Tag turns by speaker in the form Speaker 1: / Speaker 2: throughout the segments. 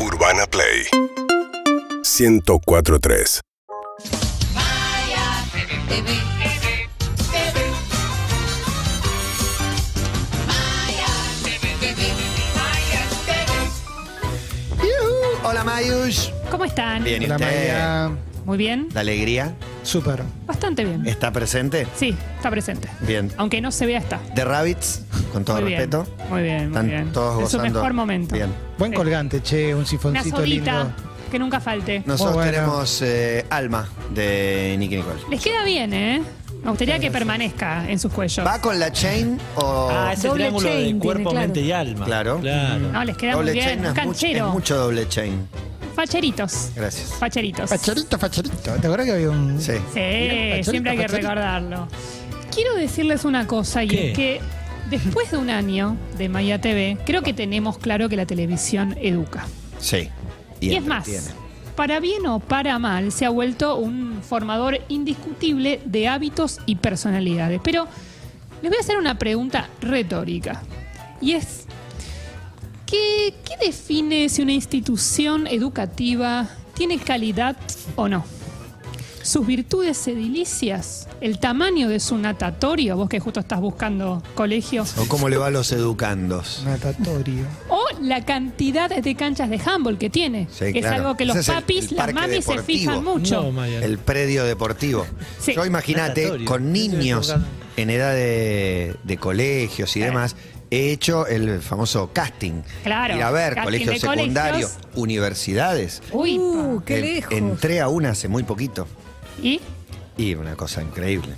Speaker 1: Urbana Play 1043
Speaker 2: Maya TV. Maya TV. Maya TV.
Speaker 3: Yujú. Hola Mayush.
Speaker 4: ¿Cómo están?
Speaker 5: Bien, ¿y
Speaker 3: Hola
Speaker 5: usted?
Speaker 3: Maya.
Speaker 4: Muy bien.
Speaker 5: ¿La alegría
Speaker 3: Súper.
Speaker 4: Bastante bien.
Speaker 5: está presente?
Speaker 4: Sí, está presente.
Speaker 5: Bien.
Speaker 4: Aunque no se vea, está.
Speaker 5: The Rabbits, con todo
Speaker 4: Muy bien.
Speaker 5: respeto.
Speaker 4: Muy bien, muy
Speaker 5: Están
Speaker 4: bien.
Speaker 5: todos
Speaker 4: es su
Speaker 5: gozando.
Speaker 4: mejor momento.
Speaker 5: Bien.
Speaker 3: Buen
Speaker 4: Sí.
Speaker 3: colgante, che, un
Speaker 4: Una
Speaker 3: sifoncito lindo.
Speaker 4: sodita que nunca falte.
Speaker 5: Nosotros
Speaker 3: Muy bueno.
Speaker 5: tenemos eh, Alma de Nicky Nicole.
Speaker 4: Les queda bien, ¿eh? Me gustaría que permanezca en sus cuellos.
Speaker 5: ¿Va con la chain o.?
Speaker 6: Ah, es el
Speaker 7: Doble
Speaker 6: triángulo
Speaker 7: chain
Speaker 6: de
Speaker 7: tiene,
Speaker 6: cuerpo,
Speaker 7: claro.
Speaker 6: mente y alma.
Speaker 5: Claro.
Speaker 6: Claro.
Speaker 4: No, les queda
Speaker 5: doble
Speaker 4: muy bien.
Speaker 5: chain
Speaker 4: Un
Speaker 5: es mucho, es
Speaker 4: canchero.
Speaker 5: mucho doble chain.
Speaker 4: Facheritos.
Speaker 5: Gracias.
Speaker 4: Facheritos.
Speaker 3: Facherito, facherito. ¿Te acuerdas que había un.
Speaker 5: Sí.
Speaker 4: Sí,
Speaker 3: facherito,
Speaker 4: siempre hay que
Speaker 3: facherito.
Speaker 4: recordarlo. Quiero decirles una cosa y
Speaker 6: ¿Qué?
Speaker 4: es que después de un año de Maya TV, creo que tenemos claro que la televisión educa.
Speaker 5: Sí.
Speaker 4: Y es más,
Speaker 5: entretiene.
Speaker 4: para bien o para mal, se ha vuelto un formador indiscutible de hábitos y personalidades. Pero les voy a hacer una pregunta retórica. Y es, ¿qué, qué define si una institución educativa tiene calidad o no? Sus virtudes edilicias, el tamaño de su natatorio, vos que justo estás buscando colegio,
Speaker 5: ¿O cómo le va a los educandos?
Speaker 3: Natatorio.
Speaker 4: o la cantidad de canchas de handball que tiene,
Speaker 5: Sí,
Speaker 4: que
Speaker 5: claro.
Speaker 4: es algo que los
Speaker 5: Ese es el-
Speaker 4: papis,
Speaker 5: el
Speaker 4: las
Speaker 5: parque
Speaker 4: mamis se
Speaker 5: deportivo.
Speaker 4: fijan mucho.
Speaker 6: No,
Speaker 3: Ah,
Speaker 6: Maya.
Speaker 5: El predio deportivo.
Speaker 4: Sí.
Speaker 5: Yo imagínate,
Speaker 6: Natatorio.
Speaker 5: con niños
Speaker 6: Educando.
Speaker 5: en edad de, de colegios y demás, he hecho el famoso casting.
Speaker 4: Claro,
Speaker 5: Ir a ver
Speaker 4: casting
Speaker 5: colegios
Speaker 4: de colegios.
Speaker 5: secundarios, universidades.
Speaker 4: Uy,
Speaker 7: Uh, qué
Speaker 5: En-
Speaker 7: lejos.
Speaker 5: Entré a una hace muy poquito.
Speaker 4: ¿y?
Speaker 5: Y una cosa increíble.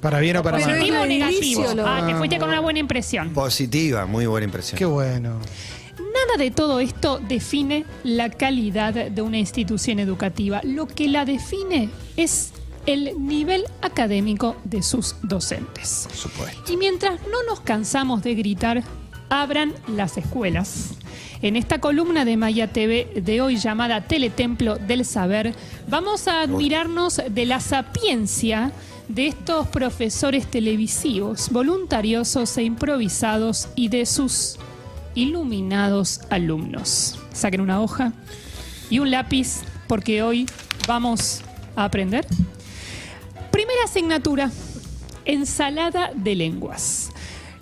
Speaker 3: Para bien o para
Speaker 7: Pero
Speaker 3: mal.
Speaker 7: es
Speaker 4: Positivo o
Speaker 7: la del
Speaker 4: negativo.
Speaker 7: inicio, lo-
Speaker 4: Ah, te fuiste con una buena impresión.
Speaker 5: Positiva, muy buena impresión.
Speaker 3: Qué bueno.
Speaker 4: Nada de todo esto define la calidad de una institución educativa. Lo que la define es el nivel académico de sus docentes.
Speaker 5: Por supuesto.
Speaker 4: Y mientras no nos cansamos de gritar, abran las escuelas. En esta columna de Maya TV de hoy llamada Teletemplo del Saber, vamos a admirarnos de la sapiencia de estos profesores televisivos, voluntariosos e improvisados y de sus iluminados alumnos. Saquen una hoja y un lápiz porque hoy vamos a aprender. Primera asignatura, ensalada de lenguas.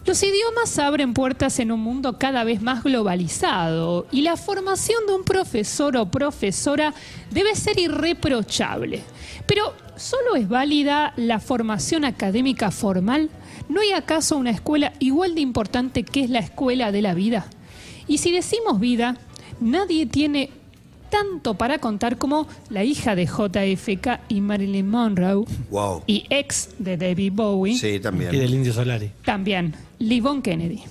Speaker 4: Los idiomas abren puertas en un mundo cada vez más globalizado y la formación de un profesor o profesora debe ser irreprochable. Pero ¿solo es válida la formación académica formal? ¿No hay acaso una escuela igual de importante que es la escuela de la vida? Y si decimos vida, nadie tiene tanto para contar como la hija de JFK y Marilyn Monroe
Speaker 5: Wow.
Speaker 4: y ex de David Bowie,
Speaker 5: Sí,
Speaker 6: Y
Speaker 5: también.
Speaker 6: del Indio Solari.
Speaker 4: también Livon Kennedy.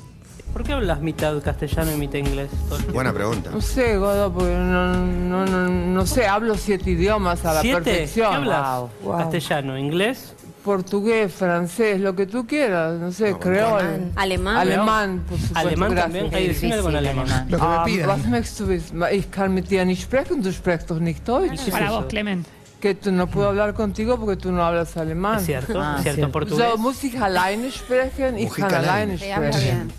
Speaker 8: ¿Por qué hablas mitad castellano y mitad inglés? todo el tiempo?
Speaker 5: Buena pregunta.
Speaker 9: No sé, Godo, porque no, no, no, no sé, hablo siete idiomas a la
Speaker 8: ¿Siete?
Speaker 9: perfección.
Speaker 8: ¿Qué hablas?
Speaker 9: Wow, wow.
Speaker 8: Castellano, inglés.
Speaker 9: Portugués, francés, lo que tú quieras, no sé, creol.
Speaker 7: Alemán.
Speaker 9: Alemán, por supuesto.
Speaker 8: Alemán
Speaker 9: gracias.
Speaker 8: también. Hay decime algo en alemán.
Speaker 3: Lo que me
Speaker 9: Ah,
Speaker 3: pidan.
Speaker 9: was möchtest du wissen? Ich kann mit dir nicht sprechen, du sprichst doch nicht Deutsch.
Speaker 8: ¿Qué es
Speaker 4: Para
Speaker 8: eso?
Speaker 4: vos, Clement.
Speaker 9: Que tú no puedo hablar contigo porque tú no hablas alemán.
Speaker 8: Es cierto,
Speaker 7: Ah,
Speaker 8: es
Speaker 7: cierto.
Speaker 8: cierto. Portugués.
Speaker 9: So, muss ich alleine sprechen? Ich
Speaker 5: Mujica
Speaker 9: kann
Speaker 5: alleine.
Speaker 9: alleine
Speaker 7: Te habla
Speaker 9: sprechen.
Speaker 7: bien.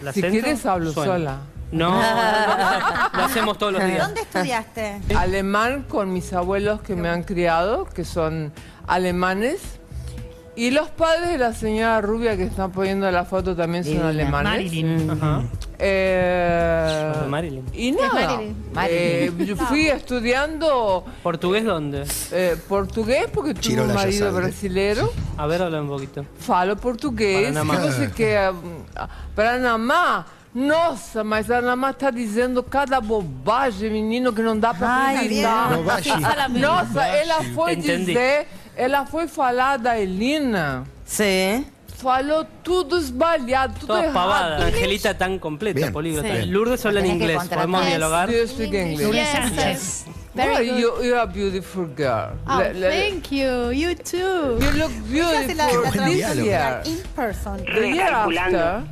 Speaker 8: ¿El
Speaker 9: Si
Speaker 8: acento?
Speaker 9: quieres hablo
Speaker 8: Suena.
Speaker 9: sola.
Speaker 8: No, no, no, no, lo hacemos todos los días.
Speaker 10: ¿Dónde estudiaste?
Speaker 9: alemán con mis abuelos que me han criado, que son alemanes. Y los padres de la señora rubia que están poniendo la foto también son
Speaker 7: Divina,
Speaker 9: alemanes.
Speaker 4: Marilyn.
Speaker 8: Ajá.
Speaker 9: Ah. Eh,
Speaker 8: Los de Marilyn.
Speaker 9: y nada,
Speaker 7: Marilyn.
Speaker 9: eh, yo fui estudiando
Speaker 8: ¿Portugués dónde?
Speaker 9: eh, portugués porque tuve
Speaker 5: Chirola
Speaker 9: un
Speaker 5: ya
Speaker 9: marido
Speaker 5: sabe.
Speaker 9: brasilero.
Speaker 8: A ver, habla un poquito.
Speaker 9: Falo português,
Speaker 8: Paraná.
Speaker 9: que você quer. ah, Paraná, nossa, mas Paraná tá dizendo cada bobagem, menino, que não dá pra
Speaker 7: Ai,
Speaker 9: acreditar.
Speaker 7: Adriana.
Speaker 9: Nossa, ela foi
Speaker 8: Entendi.
Speaker 9: dizer, ela foi falar da Elina,
Speaker 10: Sí.
Speaker 9: falou tudo esbalhado, tudo
Speaker 8: Todas pavadas.
Speaker 9: errado.
Speaker 8: Angelita tan completa,
Speaker 5: Bien,
Speaker 8: políglota.
Speaker 5: bien.
Speaker 8: Lourdes habla en
Speaker 7: Tenés que
Speaker 8: inglés.
Speaker 7: contratar.
Speaker 8: Podemos
Speaker 7: Yes.
Speaker 8: dialogar.
Speaker 9: Do you speak English?
Speaker 4: Lourdes Sánchez.
Speaker 9: Oh, you, you are a beautiful girl. Le- le-
Speaker 7: you. You too.
Speaker 9: you look
Speaker 10: hace la,
Speaker 9: beautiful
Speaker 10: la
Speaker 9: this
Speaker 5: traducción.
Speaker 9: year.
Speaker 10: traducción in person.
Speaker 9: The year after,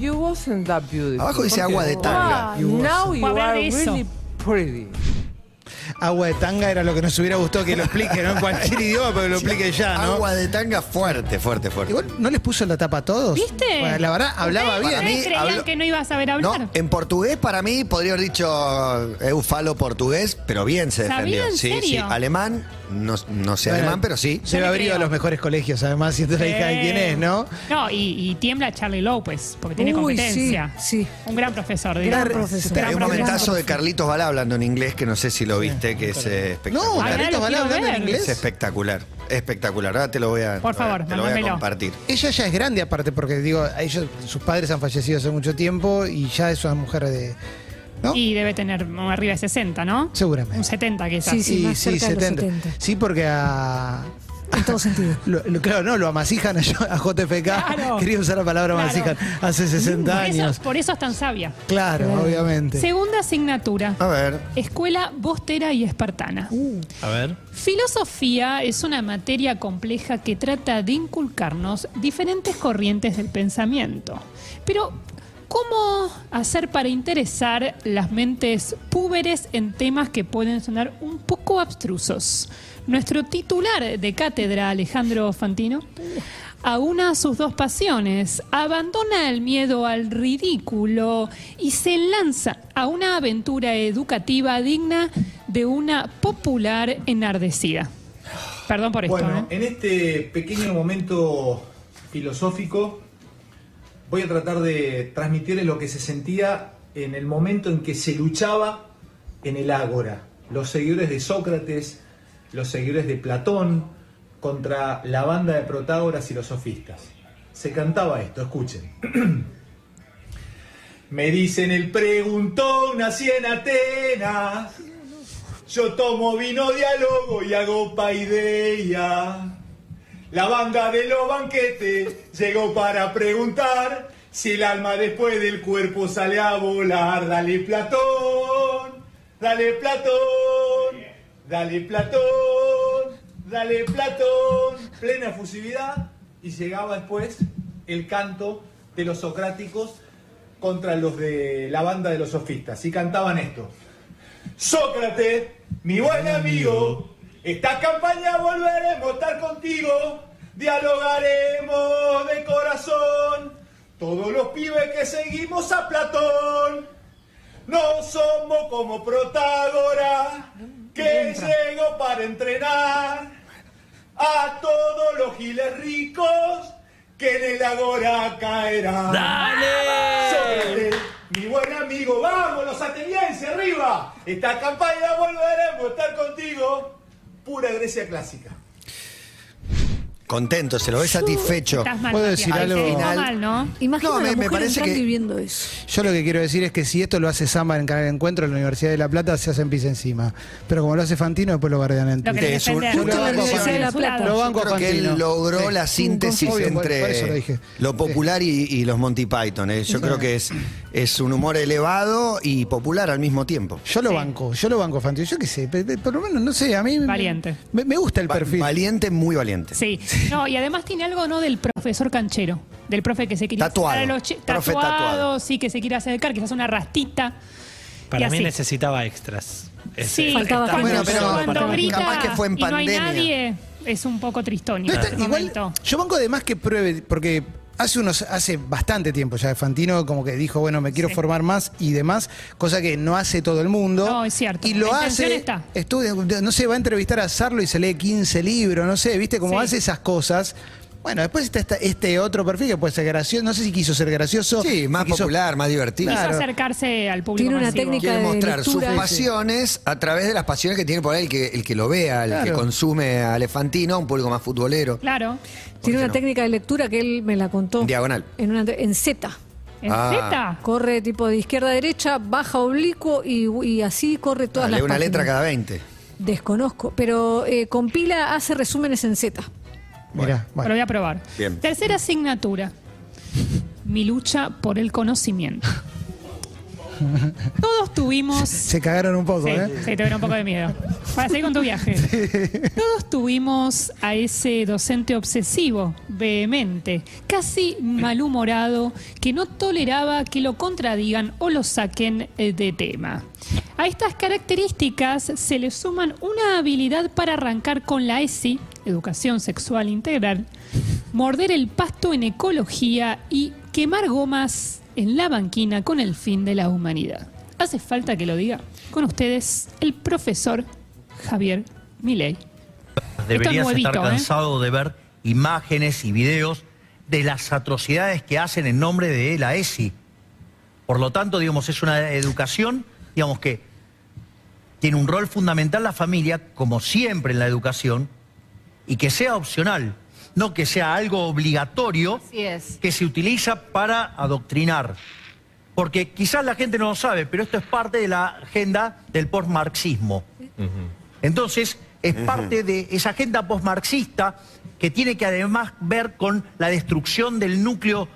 Speaker 9: you wasn't that beautiful.
Speaker 5: Abajo dice agua de tanga.
Speaker 9: Ah, now you
Speaker 4: Voy a hablar
Speaker 9: are
Speaker 4: de eso.
Speaker 9: really pretty.
Speaker 3: agua de tanga era lo que nos hubiera gustado que lo explique, no en cualquier idioma, pero lo explique ya, ¿no?
Speaker 5: Agua de tanga fuerte, fuerte, fuerte.
Speaker 3: Igual no les puso la tapa a todos.
Speaker 4: ¿Viste?
Speaker 3: Bueno, la verdad, hablaba ¿eh?
Speaker 4: ¿Ustedes
Speaker 5: bien.
Speaker 4: ustedes
Speaker 5: A mí
Speaker 4: creían
Speaker 5: habló-
Speaker 4: que no iba a saber
Speaker 5: No, eh,
Speaker 4: hablar?
Speaker 5: en portugués para mí podría haber dicho eufalo portugués, pero bien se defendió.
Speaker 4: ¿Sabía? ¿En
Speaker 5: sí, sí.
Speaker 4: serio?
Speaker 5: Alemán, no, no sé
Speaker 3: Bueno,
Speaker 5: alemán, pero sí.
Speaker 3: Se
Speaker 4: Yo le
Speaker 3: va abrido a
Speaker 4: creo.
Speaker 3: los mejores colegios, además, y entonces la hija de quién es, ¿no?
Speaker 4: No, y, y tiembla Charlie López, porque tiene
Speaker 1: Uy,
Speaker 4: competencia.
Speaker 1: sí, sí.
Speaker 4: Un gran profesor, digo.
Speaker 1: Gran profesor.
Speaker 5: Hay un momentazo de Carlitos Balá hablando en inglés que no sé si lo viste, que es eh,
Speaker 3: No,
Speaker 5: espectacular.
Speaker 4: Ay,
Speaker 3: Carlitos
Speaker 4: lo
Speaker 3: Balá
Speaker 4: quiero
Speaker 3: hablando en
Speaker 4: ver.
Speaker 5: Es
Speaker 3: inglés.
Speaker 5: espectacular, espectacular. Ahora te lo voy a,
Speaker 4: Por
Speaker 5: te lo voy a-
Speaker 4: favor,
Speaker 5: te lo voy a
Speaker 4: mándamelo.
Speaker 5: compartir.
Speaker 3: Ella ya es grande aparte, porque digo, a ellos, sus padres han fallecido hace mucho tiempo y ya es una mujer de... ¿No?
Speaker 4: Y debe tener mm, arriba de 60, ¿no?
Speaker 3: Seguramente.
Speaker 4: Un 70 quizás.
Speaker 1: Sí, sí.
Speaker 3: Y
Speaker 1: más cerca de los 70.
Speaker 3: Sí, porque a...
Speaker 1: en todo sentido.
Speaker 3: lo- lo- claro, no, lo amasijan a, a JFK.
Speaker 4: Claro.
Speaker 3: Quería usar la palabra
Speaker 4: Claro.
Speaker 3: amasijan hace 60
Speaker 4: Por
Speaker 3: años.
Speaker 4: eso, por eso es tan sabia.
Speaker 3: Claro, obviamente.
Speaker 4: Segunda asignatura.
Speaker 5: A ver,
Speaker 4: Escuela Bostera y Espartana.
Speaker 6: A ver.
Speaker 4: Filosofía es una materia compleja que trata de inculcarnos diferentes corrientes del pensamiento. Pero, ¿cómo hacer para interesar las mentes púberes en temas que pueden sonar un poco abstrusos? Nuestro titular de cátedra, Alejandro Fantino, aúna sus dos pasiones, abandona el miedo al ridículo y se lanza a una aventura educativa digna de una popular enardecida. Perdón por esto.
Speaker 6: Bueno,
Speaker 4: ¿eh?
Speaker 6: en este pequeño momento filosófico voy a tratar de transmitirles lo que se sentía en el momento en que se luchaba en el ágora. Los seguidores de Sócrates, los seguidores de Platón, contra la banda de Protágoras y los sofistas. Se cantaba esto, escuchen. Me dicen el preguntón, nací en Atenas. Yo tomo vino, diálogo y hago paideia. La banda de los banquetes llegó para preguntar si el alma después del cuerpo sale a volar. Dale Platón, dale Platón, dale Platón, dale Platón. Plena fusividad y llegaba después el canto de los socráticos contra los de la banda de los sofistas. Y cantaban esto. Sócrates, mi buen amigo, esta campaña volveremos a estar contigo, dialogaremos de corazón, todos los pibes que seguimos a Platón, no somos como Protágora, que llegó para entrenar a todos los giles ricos que en el agora caerán. Sócrates, mi buen amigo, vamos, los atenienses, arriba. Esta campaña volveremos a estar contigo. Pura Grecia clásica.
Speaker 5: contento, se lo ve satisfecho.
Speaker 4: Estás mal,
Speaker 3: ¿Puedo
Speaker 4: Matías.
Speaker 3: decir
Speaker 4: Ahí
Speaker 3: algo?
Speaker 4: te dijo
Speaker 5: Final.
Speaker 4: mal, ¿no?
Speaker 1: Imagino
Speaker 5: No,
Speaker 1: a
Speaker 5: me-
Speaker 1: las
Speaker 5: me
Speaker 1: mujeres
Speaker 5: parece
Speaker 1: que están
Speaker 5: que-
Speaker 1: viviendo eso.
Speaker 3: Yo lo que quiero decir es que si esto lo hace Samba en Canal de Encuentro, en la Universidad de La Plata se hacen pis encima. Pero como lo hace Fantino, después lo guardan en
Speaker 4: Lo
Speaker 3: Twitter.
Speaker 4: querés
Speaker 5: Es un-
Speaker 4: defender.
Speaker 5: Justo
Speaker 3: en la
Speaker 4: Lo
Speaker 3: Universidad
Speaker 4: banco
Speaker 3: de
Speaker 1: La
Speaker 4: a
Speaker 1: Plata.
Speaker 4: Fantino.
Speaker 3: Lo banco a
Speaker 5: Creo que
Speaker 3: Fantino.
Speaker 5: él logró
Speaker 3: Sí.
Speaker 5: la síntesis
Speaker 3: Obvio, por- por eso lo
Speaker 5: entre
Speaker 3: dije.
Speaker 5: lo popular y, y los Monty Python. ¿eh? Yo creo que es, es un humor elevado y popular al mismo tiempo.
Speaker 3: Yo lo
Speaker 4: Sí.
Speaker 3: banco, yo lo banco, Fantino. Yo qué sé, pe- pe- por lo menos, no sé, a mí... me-
Speaker 4: Valiente.
Speaker 3: Me, me gusta el
Speaker 5: Va-
Speaker 3: perfil.
Speaker 5: Valiente, muy valiente.
Speaker 4: Sí. No, y además tiene algo, ¿no? Del profesor canchero. Del profe que se quiere
Speaker 5: Tatuado.
Speaker 4: acercar a los chi-
Speaker 5: Profe
Speaker 4: tatuado,
Speaker 5: tatuado.
Speaker 4: sí, que se quiere acercar, quizás una rastita.
Speaker 6: Para
Speaker 4: Y
Speaker 6: mí
Speaker 4: así.
Speaker 6: necesitaba extras.
Speaker 4: Sí,
Speaker 1: Faltaba
Speaker 4: cuando,
Speaker 5: Bueno, pero
Speaker 4: cuando
Speaker 5: capaz
Speaker 4: grita
Speaker 5: que fue en
Speaker 4: y no hay
Speaker 5: pandemia.
Speaker 4: nadie, es un poco tristón. este
Speaker 3: No está- igual,
Speaker 4: momento.
Speaker 3: yo banco además que pruebe, porque hace unos, hace bastante tiempo ya Fantino como que dijo, bueno, me quiero formar más y demás, cosa que no hace todo el mundo.
Speaker 4: No, es cierto.
Speaker 3: Y lo
Speaker 4: La intención
Speaker 3: hace,
Speaker 4: está.
Speaker 3: estudia, no sé, va a entrevistar a Sarlo y se lee 15 libros, no sé, viste, como
Speaker 4: Sí.
Speaker 3: hace esas cosas. Bueno, después está esta- este otro perfil que puede ser gracioso, no sé si quiso ser gracioso.
Speaker 5: Sí, más
Speaker 3: si quiso-
Speaker 5: popular, más divertido.
Speaker 4: Quiso
Speaker 3: Claro.
Speaker 4: acercarse al público
Speaker 1: Tiene una
Speaker 4: masivo.
Speaker 1: técnica
Speaker 5: Quiere
Speaker 1: de
Speaker 5: mostrar sus
Speaker 1: lectura.
Speaker 5: pasiones a través de las pasiones que tiene por ahí el que, el que lo vea, el que
Speaker 3: Claro.
Speaker 5: consume a Elefantino, un público más futbolero.
Speaker 4: Claro.
Speaker 1: Tiene
Speaker 5: qué
Speaker 1: una
Speaker 5: no?
Speaker 1: técnica de lectura que él me la contó.
Speaker 5: Diagonal.
Speaker 1: En, una te- en Z.
Speaker 4: En
Speaker 5: Ah.
Speaker 4: Z.
Speaker 1: Corre tipo de izquierda a derecha, baja oblicuo y, y así corre todas
Speaker 5: Dale
Speaker 1: las
Speaker 5: una
Speaker 1: páginas.
Speaker 5: letra cada 20.
Speaker 1: Desconozco, pero eh, compila, hace resúmenes en Z.
Speaker 3: Mirá,
Speaker 4: Lo
Speaker 3: bueno.
Speaker 4: voy a probar.
Speaker 5: Bien.
Speaker 4: Tercera asignatura. Mi lucha por el conocimiento. Todos tuvimos
Speaker 3: Se cagaron un poco,
Speaker 4: Sí,
Speaker 3: ¿eh?
Speaker 4: sí, te hubiera un poco de miedo. Para seguir con tu viaje. Todos tuvimos a ese docente obsesivo, vehemente, casi malhumorado, que no toleraba que lo contradigan o lo saquen eh, de tema. A estas características se le suman una habilidad para arrancar con la ESI, Educación Sexual Integral, morder el pasto en ecología y quemar gomas en la banquina con el fin de la humanidad. Hace falta que lo diga. Con ustedes, el profesor Javier Milei.
Speaker 11: Deberías
Speaker 4: nuevito,
Speaker 11: estar
Speaker 4: ¿eh?
Speaker 11: cansado de ver imágenes y videos de las atrocidades que hacen en nombre de la ESI. Por lo tanto, digamos, es una educación, digamos que tiene un rol fundamental la familia, como siempre en la educación, y que sea opcional, no que sea algo obligatorio
Speaker 12: Así es.
Speaker 11: que se utiliza para adoctrinar. Porque quizás la gente no lo sabe, pero esto es parte de la agenda del postmarxismo. Entonces, es
Speaker 13: Ujú.
Speaker 11: parte de esa agenda postmarxista que tiene que además ver con la destrucción del núcleo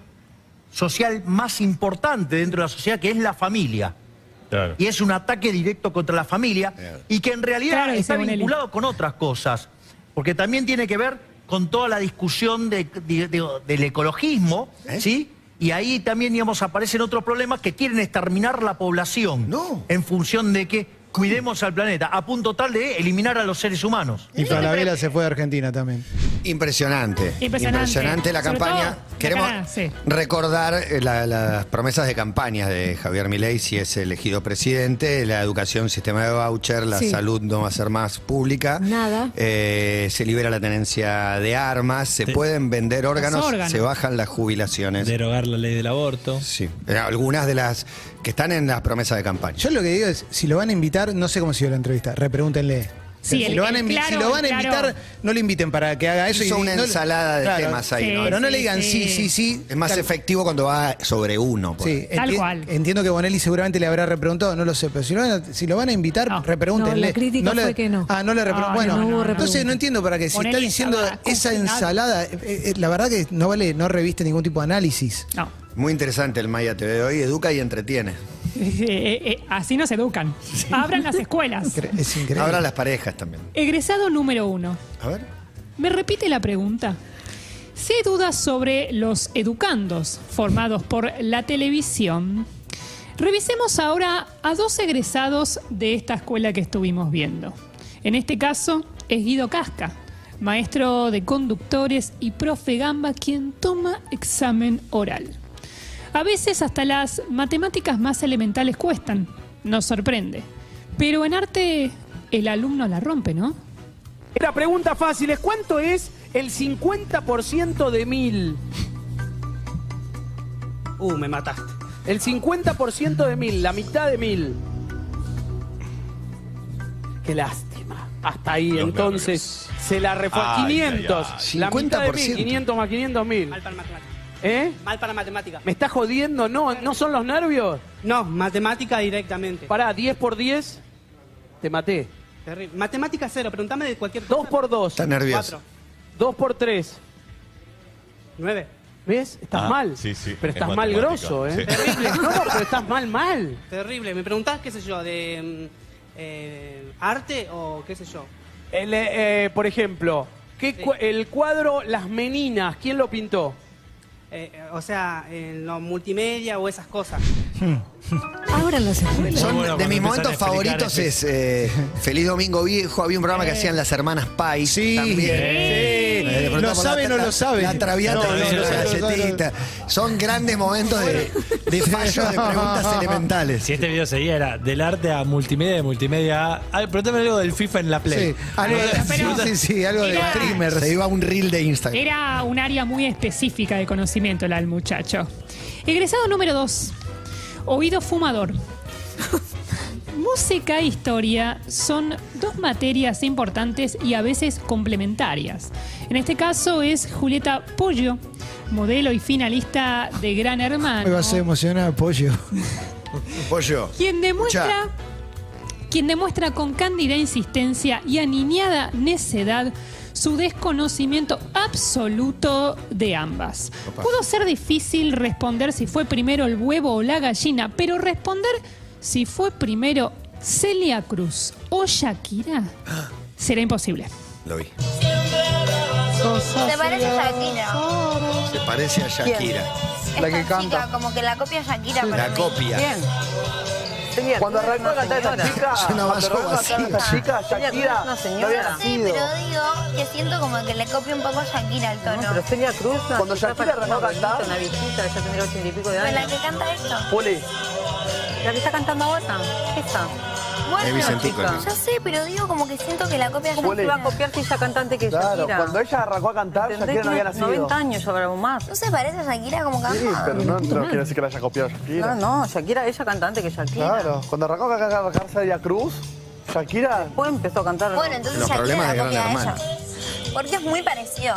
Speaker 11: social más importante dentro de la sociedad, que es la familia. Y es un ataque directo contra la familia y que en realidad
Speaker 4: Claro, dice
Speaker 11: está
Speaker 4: Bonelli.
Speaker 11: vinculado con otras cosas, porque también tiene que ver con toda la discusión de- de- de- del ecologismo, ¿sí? Y ahí también, digamos, aparecen otros problemas que quieren exterminar la población en función de que cuidemos al planeta, a punto tal de eliminar a los seres humanos.
Speaker 3: Y Falabella se fue de Argentina también.
Speaker 5: Impresionante.
Speaker 11: Impresionante.
Speaker 5: la
Speaker 11: Sobre
Speaker 5: campaña.
Speaker 11: todo la
Speaker 5: Queremos
Speaker 11: cara, sí.
Speaker 5: recordar eh, la- las promesas de campaña de Javier Milei si es elegido presidente, la educación, sistema de voucher, la
Speaker 1: Sí.
Speaker 5: salud no va a ser más pública.
Speaker 1: Nada.
Speaker 5: Eh, se libera la tenencia de armas, se pueden vender órganos,
Speaker 1: órganos.
Speaker 5: se bajan las jubilaciones.
Speaker 14: Derogar la ley del aborto.
Speaker 5: Sí. Eh, Algunas de las que están en las promesas de campaña.
Speaker 3: Yo lo que digo es, si lo van a invitar, no sé cómo siguió la entrevista, repregúntenle.
Speaker 4: Sí,
Speaker 3: si,
Speaker 4: el-
Speaker 3: lo van a
Speaker 4: el
Speaker 3: invi-
Speaker 4: claro,
Speaker 3: si lo van a
Speaker 4: el claro.
Speaker 3: invitar, no lo inviten para que haga eso.
Speaker 5: Hizo
Speaker 3: y,
Speaker 5: una
Speaker 3: no-
Speaker 5: ensalada de
Speaker 3: Claro.
Speaker 5: temas ahí, ¿no?
Speaker 3: Pero no le digan sí, sí, sí.
Speaker 5: Es más
Speaker 3: Tal-
Speaker 5: efectivo cuando va sobre uno. por
Speaker 3: Sí,
Speaker 5: ejemplo.
Speaker 3: enti- Entiendo que Bonelli seguramente le habrá repreguntado, no lo sé, pero si, lo van a, si lo van a invitar, repregúntenle.
Speaker 1: no, la crítica
Speaker 3: le-
Speaker 1: fue que no.
Speaker 3: Ah, no le repre-
Speaker 1: Ah,
Speaker 3: Bueno,
Speaker 1: no hubo
Speaker 3: entonces
Speaker 1: repregunta.
Speaker 3: no entiendo para qué. Si
Speaker 1: Bonelli
Speaker 3: está diciendo
Speaker 1: estaba
Speaker 3: esa
Speaker 1: confinado.
Speaker 3: ensalada, eh, eh, la verdad que no vale, no reviste ningún tipo de análisis.
Speaker 4: No.
Speaker 5: Muy interesante el Maya TV de hoy, educa y entretiene.
Speaker 4: Eh, eh, así nos educan. Abran las escuelas.
Speaker 3: Es increíble.
Speaker 5: Ahora las parejas también.
Speaker 4: Egresado número uno.
Speaker 5: A ver.
Speaker 4: ¿Me repite la pregunta? Sé dudas sobre los educandos formados por la televisión. Revisemos ahora a dos egresados de esta escuela que estuvimos viendo. En este caso es Guido Casca, maestro de conductores y profe Gamba quien toma examen oral. A veces hasta las matemáticas más elementales cuestan, nos sorprende. Pero en arte el alumno la rompe, ¿no?
Speaker 15: La pregunta fácil es ¿cuánto es el 50% de mil? Uh, me mataste. El 50% de mil, la mitad de mil. Qué lástima. Hasta ahí, entonces se la refue.
Speaker 16: Ay, ay,
Speaker 15: 500.
Speaker 16: ay.
Speaker 15: La mitad de
Speaker 16: 50%.
Speaker 15: mil, 500 más 500 mil.
Speaker 16: Mal para matemática.
Speaker 15: ¿Eh?
Speaker 16: Mal para matemática.
Speaker 15: ¿Me estás jodiendo? ¿No, ¿No son los nervios?
Speaker 16: No, matemática directamente.
Speaker 15: Pará, 10 por 10, te maté.
Speaker 16: Terrible. Matemática cero, preguntame de cualquier cosa.
Speaker 15: 2 por 2.
Speaker 16: Está nervioso.
Speaker 15: 2 por 3.
Speaker 16: Nueve.
Speaker 15: ¿Ves? Estás
Speaker 16: Ah,
Speaker 15: mal.
Speaker 16: sí, sí,
Speaker 15: Pero
Speaker 16: es
Speaker 15: estás mal
Speaker 16: matemática,
Speaker 15: grosso, ¿eh?
Speaker 16: sí.
Speaker 15: Terrible. No, no, pero estás mal, mal.
Speaker 16: Terrible. ¿Me preguntás, qué sé yo, de mm, eh, arte o qué sé yo?
Speaker 15: El, eh, eh, por ejemplo, ¿qué cu- el cuadro Las Meninas, ¿quién lo pintó?
Speaker 16: Eh, eh, o sea, en lo multimedia o esas cosas.
Speaker 1: Ahora las escuelas.
Speaker 5: Son
Speaker 16: bueno
Speaker 5: de
Speaker 16: cuando
Speaker 5: mis
Speaker 16: empiezan a
Speaker 5: momentos
Speaker 16: explicar
Speaker 5: favoritos es eh, Feliz Domingo Viejo. Había un programa que hacían las hermanas Pai
Speaker 3: Sí.
Speaker 5: también. Eh, le preguntamos
Speaker 3: Lo sabe,
Speaker 5: la-
Speaker 3: no
Speaker 5: la-
Speaker 3: lo sabe.
Speaker 5: La traviata
Speaker 3: No,
Speaker 5: no,
Speaker 3: no, no,
Speaker 5: la
Speaker 3: no, no, no.
Speaker 5: galletita. Son grandes momentos de, de fallo de preguntas elementales.
Speaker 14: Si este video seguía, era del arte a multimedia, de multimedia a. Ay, pregúntame algo del FIFA en la Play.
Speaker 3: Sí, algo de-
Speaker 4: Pero-
Speaker 3: sí, sí, algo de
Speaker 4: Mira.
Speaker 3: streamer.
Speaker 5: Se iba a un reel de Instagram.
Speaker 4: Era un área muy específica de conocimiento la del muchacho. Egresado número 2. Oído fumador. Música e historia son dos materias importantes y a veces complementarias. En este caso es Julieta Pollo, modelo y finalista de Gran
Speaker 3: Me
Speaker 4: Hermano,
Speaker 3: vas a emocionar, pollo.
Speaker 5: Pollo.
Speaker 4: quien demuestra
Speaker 5: Escuchá.
Speaker 4: quien demuestra con cándida insistencia y aniñada necedad su desconocimiento absoluto de ambas.
Speaker 2: Opa.
Speaker 4: Pudo ser difícil responder si fue primero el huevo o la gallina, pero responder si fue primero Celia Cruz o Shakira será imposible.
Speaker 5: Lo vi.
Speaker 17: Se parece a Shakira.
Speaker 5: Se parece a Shakira.
Speaker 17: Esta chica, como que la copia Shakira.
Speaker 5: La
Speaker 17: para mí.
Speaker 5: copia.
Speaker 12: Tenía
Speaker 13: Cuando
Speaker 12: nueve,
Speaker 13: arrancó a
Speaker 12: una
Speaker 13: cantar esta
Speaker 12: señora.
Speaker 13: chica,
Speaker 12: Es una
Speaker 13: cuando arrancó a
Speaker 12: vasija
Speaker 13: cantar esta
Speaker 12: vacía.
Speaker 13: chica,
Speaker 12: Tenía cruz
Speaker 13: Shakira
Speaker 12: una
Speaker 13: no
Speaker 12: señora.
Speaker 13: había
Speaker 12: No
Speaker 13: nacido.
Speaker 12: sé,
Speaker 17: pero digo que siento como que le copio un poco a Shakira el tono.
Speaker 12: No, pero tenía cruz.
Speaker 13: Cuando Shakira arrancó a cantar-
Speaker 12: Una viejita, ya tendría ochenta y pico de
Speaker 17: Con la que
Speaker 12: años.
Speaker 17: canta esto.
Speaker 13: Poli,
Speaker 12: La que está cantando ahora, esa.
Speaker 13: Es Vicentico,
Speaker 12: chica.
Speaker 13: ¿no?
Speaker 17: Yo sé, pero digo como que siento que la copia
Speaker 12: ¿Cómo te va a copiar si ella cantante que es
Speaker 13: claro,
Speaker 12: Shakira?
Speaker 13: cuando ella arrancó a cantar,
Speaker 12: ¿Entendés?
Speaker 13: Shakira no había
Speaker 12: Tiene
Speaker 13: nacido.
Speaker 12: 90 años ya para más.
Speaker 17: No se parece a Shakira como canta.
Speaker 13: Sí, pero no, no quiere decir que la haya copiado Shakira.
Speaker 12: No, no, Shakira, ella cantante que Shakira.
Speaker 13: Claro, cuando arrancó a cantar a Celia Cruz, Shakira...
Speaker 12: Después empezó a cantar.
Speaker 17: Bueno, entonces
Speaker 13: Los
Speaker 17: Shakira
Speaker 13: problemas
Speaker 17: la
Speaker 13: de Gran
Speaker 17: copia a ella.
Speaker 13: Hermano.
Speaker 17: Porque es muy parecido.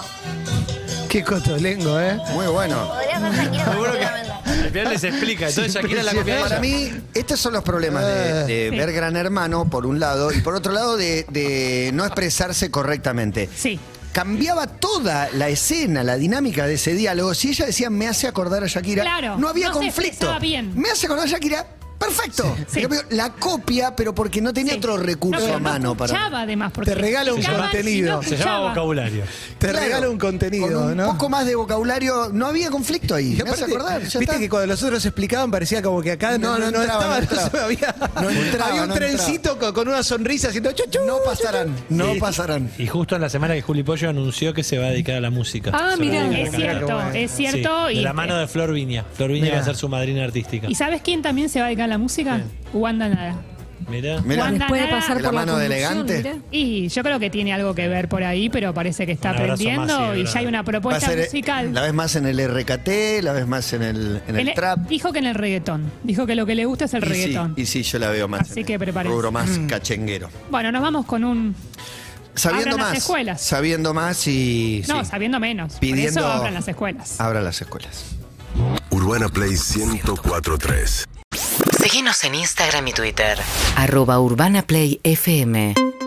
Speaker 3: Qué cotolengo, ¿eh?
Speaker 5: Muy bueno.
Speaker 17: Podría ser Shakira tranquilamente.
Speaker 14: Al final les explica, entonces Shakira la copia de
Speaker 5: Para
Speaker 14: ella.
Speaker 5: mí, estos son los problemas
Speaker 3: Ah.
Speaker 5: de, de
Speaker 4: Sí.
Speaker 5: ver Gran Hermano, por un lado, y por otro lado, de, de no expresarse correctamente.
Speaker 4: Sí.
Speaker 5: Cambiaba toda la escena, la dinámica de ese diálogo. Si ella decía, me hace acordar a Shakira,
Speaker 4: Claro,
Speaker 5: no había
Speaker 4: no se
Speaker 5: conflicto.
Speaker 4: expresaba bien.
Speaker 5: Me hace acordar a Shakira, perfecto.
Speaker 4: Sí.
Speaker 5: En cambio, La copia, pero porque no tenía otro recurso
Speaker 4: pero
Speaker 5: a mano. para
Speaker 4: escuchaba además. Porque
Speaker 3: Te regala un
Speaker 4: explicaban
Speaker 3: contenido.
Speaker 4: y no
Speaker 14: Se llama
Speaker 4: escuchaba.
Speaker 14: vocabulario.
Speaker 3: Te
Speaker 5: Claro.
Speaker 3: regala un contenido,
Speaker 5: Con un
Speaker 3: ¿no?
Speaker 5: poco más de vocabulario, no había conflicto ahí.
Speaker 3: Y
Speaker 5: Me hace
Speaker 3: aparte,
Speaker 5: acordar.
Speaker 3: viste
Speaker 5: ya está.
Speaker 3: que cuando los otros explicaban parecía como que acá
Speaker 5: No,
Speaker 3: no,
Speaker 5: no
Speaker 3: no, estaba, no
Speaker 5: entraba, no entraba.
Speaker 3: se había.
Speaker 5: No entraba,
Speaker 3: había un
Speaker 5: no
Speaker 3: trencito co- con una sonrisa haciendo chuchu.
Speaker 5: No pasarán, no
Speaker 14: Sí.
Speaker 5: pasarán.
Speaker 14: Y justo en la semana que Juli Pollo anunció que se va a dedicar a la música.
Speaker 1: Ah,
Speaker 14: Se va a
Speaker 1: mirá.
Speaker 14: dedicar a
Speaker 4: Es
Speaker 14: cantar.
Speaker 4: cierto,
Speaker 3: bueno.
Speaker 4: es cierto.
Speaker 14: Sí,
Speaker 4: y,
Speaker 14: de la mano de Flor Viña. Flor Viña
Speaker 3: Mirá.
Speaker 14: va a ser su madrina artística.
Speaker 4: ¿Y sabes quién también se va a dedicar a la música? Wanda Nada.
Speaker 14: Mirá.
Speaker 5: Mirá.
Speaker 4: Wanda
Speaker 1: Después de
Speaker 4: Nara.
Speaker 1: pasar
Speaker 5: De la
Speaker 1: por la
Speaker 5: mano de
Speaker 1: conducción,
Speaker 5: elegante.
Speaker 1: mirá.
Speaker 4: Y yo creo que tiene algo que ver por ahí, pero parece que está
Speaker 14: Un abrazo
Speaker 4: aprendiendo
Speaker 14: más, sí,
Speaker 4: y
Speaker 14: claro.
Speaker 4: ya hay una
Speaker 5: Va a
Speaker 4: propuesta
Speaker 5: ser, eh,
Speaker 4: musical.
Speaker 5: La vez más en el RKT, la vez más en el, en el
Speaker 4: Él
Speaker 5: trap.
Speaker 4: Dijo que en el reggaetón. Dijo que lo que le gusta es el
Speaker 5: Y sí,
Speaker 4: reggaetón.
Speaker 5: y sí, yo la veo más.
Speaker 4: Así
Speaker 5: en
Speaker 4: que Mm.
Speaker 5: el
Speaker 4: prepárense.
Speaker 5: Rubro más cachenguero.
Speaker 4: Bueno, nos vamos con un.
Speaker 5: Sabiendo
Speaker 4: Abran las
Speaker 5: más.
Speaker 4: escuelas.
Speaker 5: Sabiendo más y.
Speaker 4: No,
Speaker 5: sí,
Speaker 4: sabiendo menos.
Speaker 5: Pidiendo-
Speaker 4: Por eso abran las escuelas.
Speaker 5: Abra las escuelas.
Speaker 18: Urbana Play 1043.
Speaker 19: Síguenos en Instagram y Twitter.
Speaker 20: Arroba Urbana Play FM.